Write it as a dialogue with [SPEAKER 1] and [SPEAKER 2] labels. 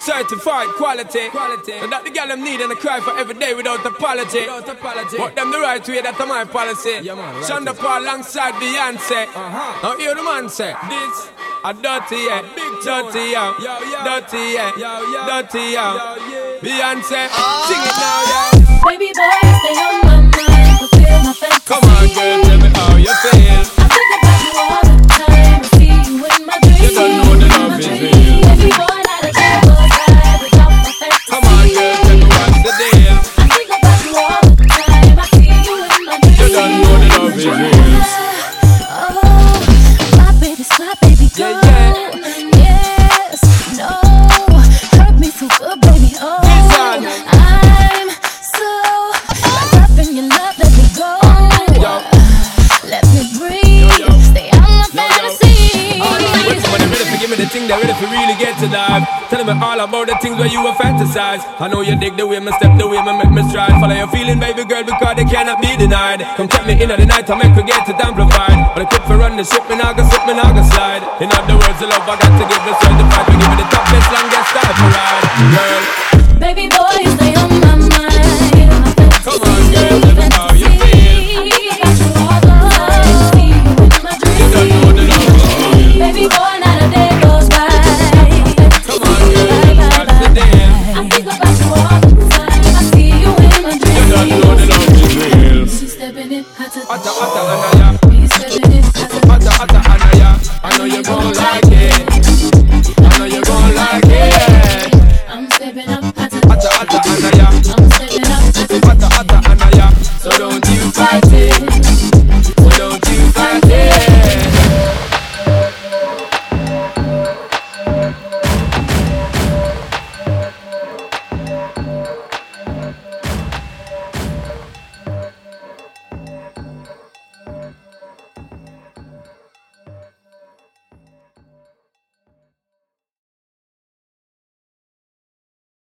[SPEAKER 1] Certified quality. quality. And that the girl them need and I cry for every day without apology. Without apology. But them the right way, that's my policy.
[SPEAKER 2] Yeah, man, right
[SPEAKER 1] Shonda
[SPEAKER 2] way.
[SPEAKER 1] Paul alongside Beyonce.
[SPEAKER 2] Uh-huh.
[SPEAKER 1] Now hear the man say, this a dirty yeah,
[SPEAKER 2] big
[SPEAKER 1] dirty yeah,
[SPEAKER 2] tune. Yo, yo.
[SPEAKER 1] dirty yeah,
[SPEAKER 2] Yo, yo.
[SPEAKER 1] dirty yeah.
[SPEAKER 2] Yo, Ah. yeah.
[SPEAKER 1] Beyonce, sing it now, yeah.
[SPEAKER 3] Baby boy, stay on my mind, fulfill my fantasy.
[SPEAKER 1] Come on, girl, tell me how you feel.
[SPEAKER 3] I think about you all the time, I see you in my dreams.
[SPEAKER 1] You don't know the love is
[SPEAKER 3] My
[SPEAKER 1] real.
[SPEAKER 3] dreams. Baby boy, not a devil, ride without my fantasy.
[SPEAKER 1] Come on, girl, tell me what's the deal.
[SPEAKER 3] I think about you all the time, I see you in my dreams.
[SPEAKER 1] You don't know the love is real.
[SPEAKER 3] Oh, my baby's my baby
[SPEAKER 1] Yeah,
[SPEAKER 3] girl.
[SPEAKER 1] yeah.
[SPEAKER 3] Yes, no, hurt me so good, baby. Oh,
[SPEAKER 1] Listen.
[SPEAKER 3] I'm so wrapped up in your love. Let me go.
[SPEAKER 1] Yo.
[SPEAKER 3] Let me breathe.
[SPEAKER 1] Yo, yo.
[SPEAKER 3] Stay on my
[SPEAKER 1] Yo, yo.
[SPEAKER 3] fantasy.
[SPEAKER 1] When somebody ready for give me the thing, they ready for really get to life. Tell me all about the things where you were fantasize. I know you dig the way me step, the way me make me stride. Follow your feeling, baby girl, because they cannot be denied. Come take me in at the night, I make we get it amplified. But I keep for run the ship, and I go slip, and I go slide. In other words, the love I got to give is certified. We give it the toughest, longest time to ride, girl.